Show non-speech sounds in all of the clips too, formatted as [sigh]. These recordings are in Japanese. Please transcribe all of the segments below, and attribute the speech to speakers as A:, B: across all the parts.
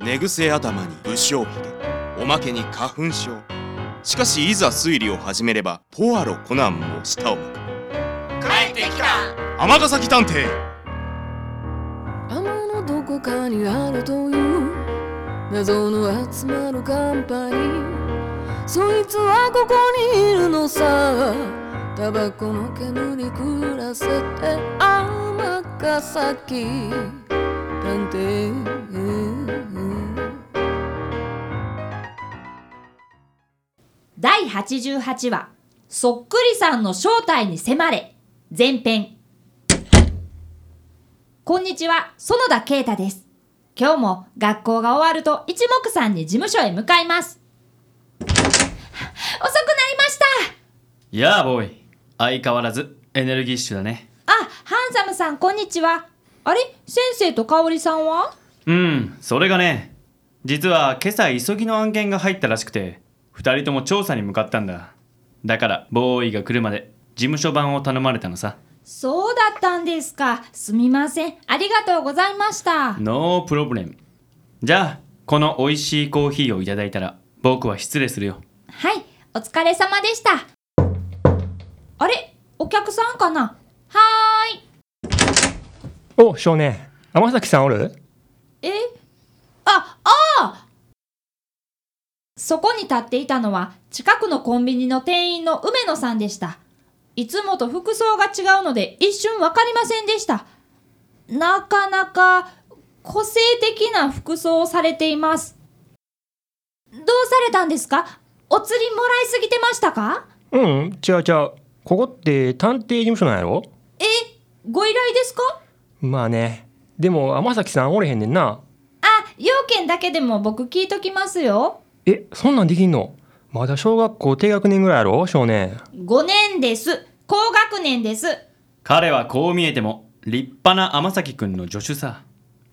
A: 寝癖頭に不祥髭おまけに花粉症しかしいざ推理を始めればポアロコナンも舌を巻く
B: 帰ってきた
A: 尼崎探偵
C: 天のどこかにあるという謎の集まるカンパニーそいつはここにいるのさタバコの煙に暮らせて天ヶ崎探偵
B: 第88話「そっくりさんの正体に迫れ」前編こんにちは園田啓太です今日も学校が終わると一目散に事務所へ向かいます遅くなりました
D: やあボーイ相変わらずエネルギッシュだね
B: あハンサムさんこんにちはあれ先生と香織さんは
D: うんそれがね実は今朝急ぎの案件が入ったらしくて2人とも調査に向かったんだだからボーイが来るまで事務所版を頼まれたのさ
B: そうだったんですかすみませんありがとうございました
D: ノープロブレムじゃあこの美味しいコーヒーをいただいたら僕は失礼するよ
B: はい、お疲れ様でした。あれ、お客さんかなはーい。
E: お少年天崎さんおる
B: えあ、ああそこに立っていたのは、近くのコンビニの店員の梅野さんでした。いつもと服装が違うので一瞬わかりませんでした。なかなか個性的な服装をされています。どうされたんですかお釣りもらいすぎてましたか
E: うん違う違うここって探偵事務所なんやろ
B: え、ご依頼ですか
E: まあねでも天崎さんおれへんねんな
B: あ、要件だけでも僕聞いときますよ。
E: えそんなんできんのまだ小学校低学年ぐらいやろ少年
B: 5年です。高学年です。
D: 彼はこう見えても立派な天崎くんの助手さ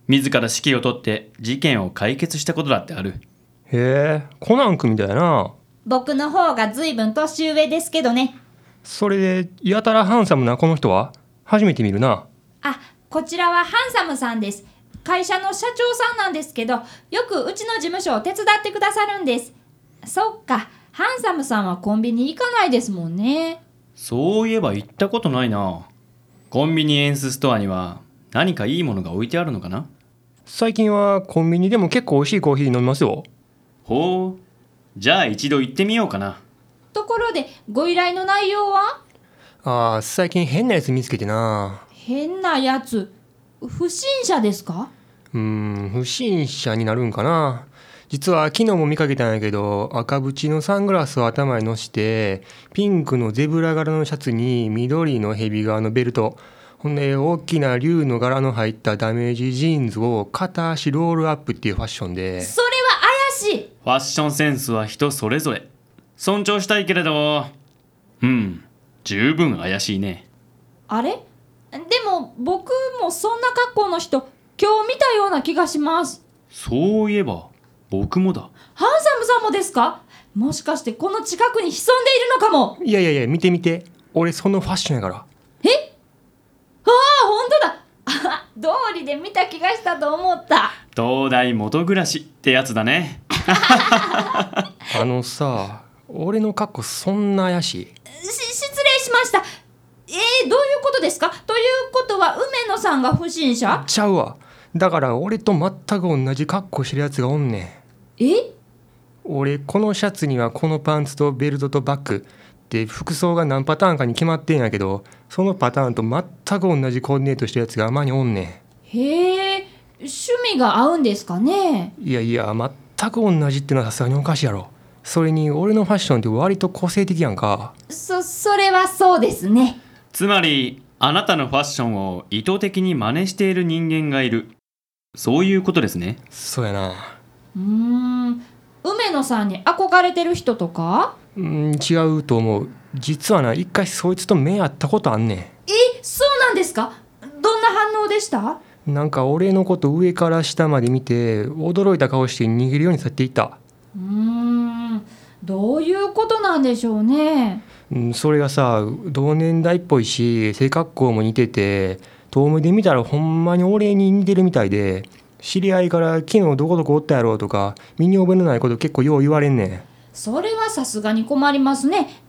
D: 自ら指揮を取って事件を解決したことだってある
E: へえコナン君みたいやな
B: 僕の方が随分年上ですけどね。
E: それでやたらハンサムなこの人は初めて見るな
B: あ、こちらはハンサムさんです。会社の社長さんなんですけど、よくうちの事務所を手伝ってくださるんです。そっか、ハンサムさんはコンビニ行かないですもんね。
D: そういえば行ったことないなコンビニエンスストアには何かいいものが置いてあるのかな
E: 最近はコンビニでも結構美味しいコーヒー飲みますよ
D: ほうじゃあ一度行ってみようかな
B: ところで、ご依頼の内容は
E: あー最近変なやつ見つけてな
B: 変なやつ。不審者ですか
E: うーん不審者になるんかな実は昨日も見かけたんやけど赤縁のサングラスを頭にのしてピンクのゼブラ柄のシャツに緑のヘビ側のベルトほんで大きな竜の柄の入ったダメージジーンズを片足ロールアップっていうファッションで
B: それは怪しい。
D: ファッションセンスは人それぞれ尊重したいけれどうん十分怪しいね
B: あれでも僕もそんな格好の人今日見たような気がします
D: そういえば僕もだ
B: ハンサムさんもですかもしかしてこの近くに潜んでいるのかも
E: いやいやいや見て見て俺そのファッションやから
B: えああ本当だ [laughs] あ道理で見た気がしたと思った
D: 東大元暮らしってやつだね
E: あのさ俺の格好そんな怪しい
B: し失礼しましたえー、どういうことですかということは梅野さんが不審者
E: ちゃうわだから俺と全く同じ格好してるやつがおんねん
B: え
E: 俺このシャツにはこのパンツとベルトとバッグで服装が何パターンかに決まってんやけどそのパターンと全く同じコーディネートしたやつがまにおんね
B: へえ趣味が合うんですかね
E: んいやいや全く同じってのはさすがにおかしいやろそれに俺のファッションって割と個性的やんか
B: そそれはそうですね
D: つまりあなたのファッションを意図的に真似している人間がいるそういうことですね
E: そうやな
B: うーん梅野さんに憧れてる人とか
E: うん違うと思う実はな一回そいつと目合ったことあんね
B: えそうなんですかどんな反応でした
E: んなんか俺のこと上から下まで見て驚いた顔して逃げるように去っていった
B: うーんどういうことなんでしょうね
E: うんそれがさ同年代っぽいし性格好も似てて遠目で見たらほんまに俺に似てるみたいで知り合いから昨日どこどこおったやろとか身に覚えのないこと結構よう言われんねん
B: それはさすがに困りますね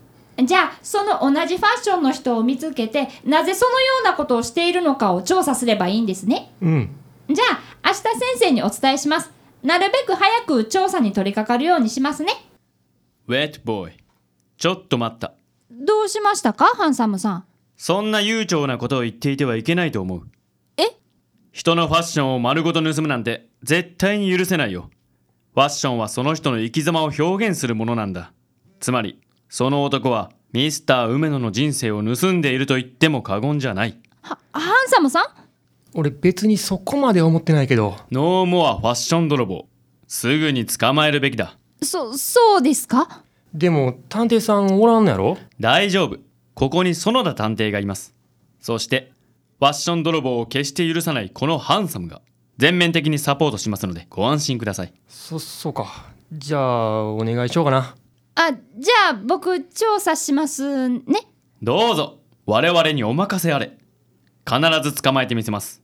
B: じゃあその同じファッションの人を見つけてなぜそのようなことをしているのかを調査すればいいんですね
E: うん
B: じゃあ明日先生にお伝えしますなるべく早く調査に取り掛かるようにしますね
D: Wet boy ちょっと待った
B: どうしましたかハンサムさん
D: そんな悠長なことを言っていてはいけないと思う
B: え
D: 人のファッションを丸ごと盗むなんて絶対に許せないよファッションはその人の生き様を表現するものなんだつまりその男はミスター梅野の人生を盗んでいると言っても過言じゃない
B: はハンサムさん
E: 俺別にそこまでは思ってないけど
D: ノーモアファッション泥棒すぐに捕まえるべきだ
B: そそうですか
E: でも探偵さんおらんのやろ
D: 大丈夫ここに園田探偵がいますそしてファッション泥棒を決して許さないこのハンサムが全面的にサポートしますのでご安心ください
E: そそうかじゃあお願いしようかな
B: あじゃあ僕調査しますね
D: どうぞ我々にお任せあれ必ず捕まえてみせます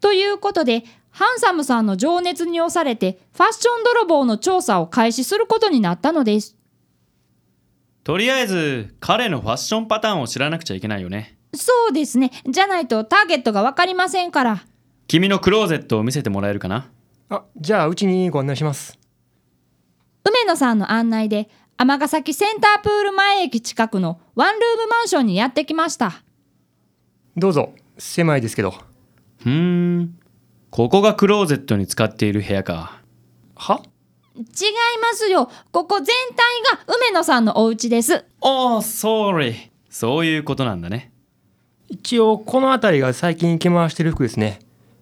B: ということでハンサムさんの情熱に押されてファッション泥棒の調査を開始することになったのです
D: とりあえず彼のファッションパターンを知らなくちゃいけないよね
B: そうですねじゃないとターゲットが分かりませんから
D: 君のクローゼットを見せてもらえるかな
E: あじゃあうちにご案内します
B: 梅野さんの案内で尼崎センタープール前駅近くのワンルームマンションにやってきました
E: どうぞ狭いですけど
D: うーんここがクローゼットに使っている部屋か
E: は
B: 違いますよここ全体が梅野さんのお家です
D: おー、ソーリーそういうことなんだね
E: 一応この辺りが最近着回してる服ですね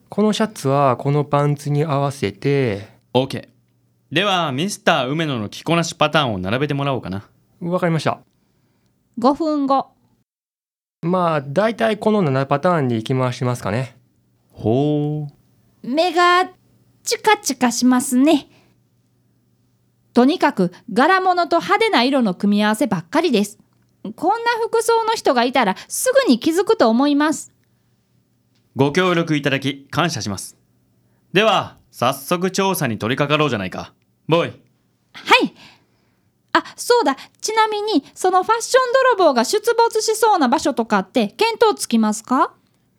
E: このシャツはこのパンツに合わせて
D: OK ではミスター梅野の着こなしパターンを並べてもらおうかな
E: わかりました
B: 5分後
E: まあ大体この7パターンに着回してますかね
D: ほう
B: 目がチカチカしますねとにかく柄物と派手な色の組み合わせばっかりですこんな服装の人がいたらすぐに気づくと思います
D: ご協力いただき感謝しますでは早速調査に取り掛かろうじゃないかボーイ
B: はいあそうだちなみにそのファッション泥棒が出没しそうな場所とかって見当つきますか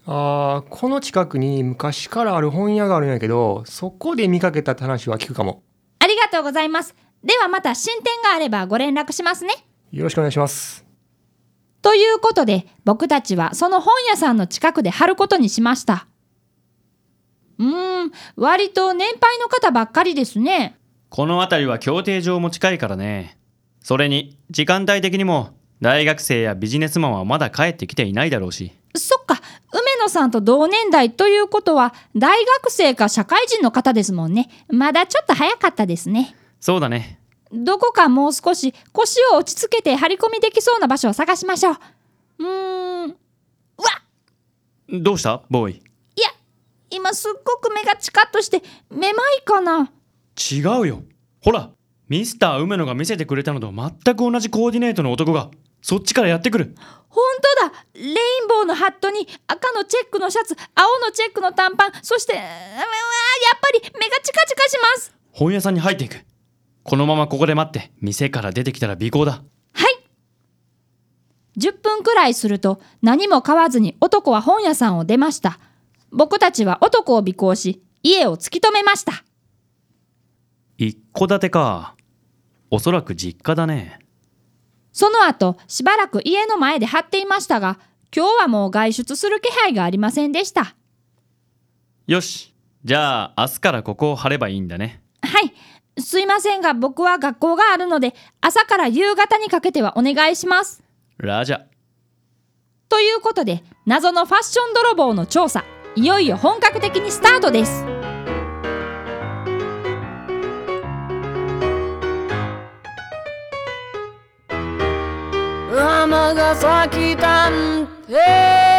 E: あーこの近くに昔からある本屋があるんやけどそこで見かけたって話は聞くかも
B: ありがとうございますではまた進展があればご連絡しますね
E: よろしくお願いします
B: ということで僕たちはその本屋さんの近くで貼ることにしましたうーん割と年配の方ばっかりですね
D: この辺りは協定上も近いからねそれに時間帯的にも大学生やビジネスマンはまだ帰ってきていないだろうし
B: そっか梅野さんと同年代ということは大学生か社会人の方ですもんねまだちょっと早かったですね
D: そうだね
B: どこかもう少し腰を落ち着けて張り込みできそうな場所を探しましょううーん
D: どうしたボー
B: 今すっごく目がチカッとしてめまいかな
D: イ違うよほらミスター梅野が見せてくれたのと全く同じコーディネートの男がそっちからやってくる
B: 本当だレインボーのハットに赤のチェックのシャツ青のチェックの短パンそしてうーうわーやっぱり目がチカチカします
D: 本屋さんに入っていくこのままここで待って店から出てきたら尾行だ
B: はい10分くらいすると何も買わずに男は本屋さんを出ました僕たちは男を尾行し家を突き止めました
D: 一戸建てかおそらく実家だね
B: その後しばらく家の前で張っていましたが今日はもう外出する気配がありませんでした
D: よしじゃあ明日からここを貼ればいいんだね
B: はいすいませんが僕は学校があるので朝から夕方にかけてはお願いします
D: ラジャ
B: ということで謎のファッション泥棒の調査いよいよ本格的にスタートです
C: 尼崎探偵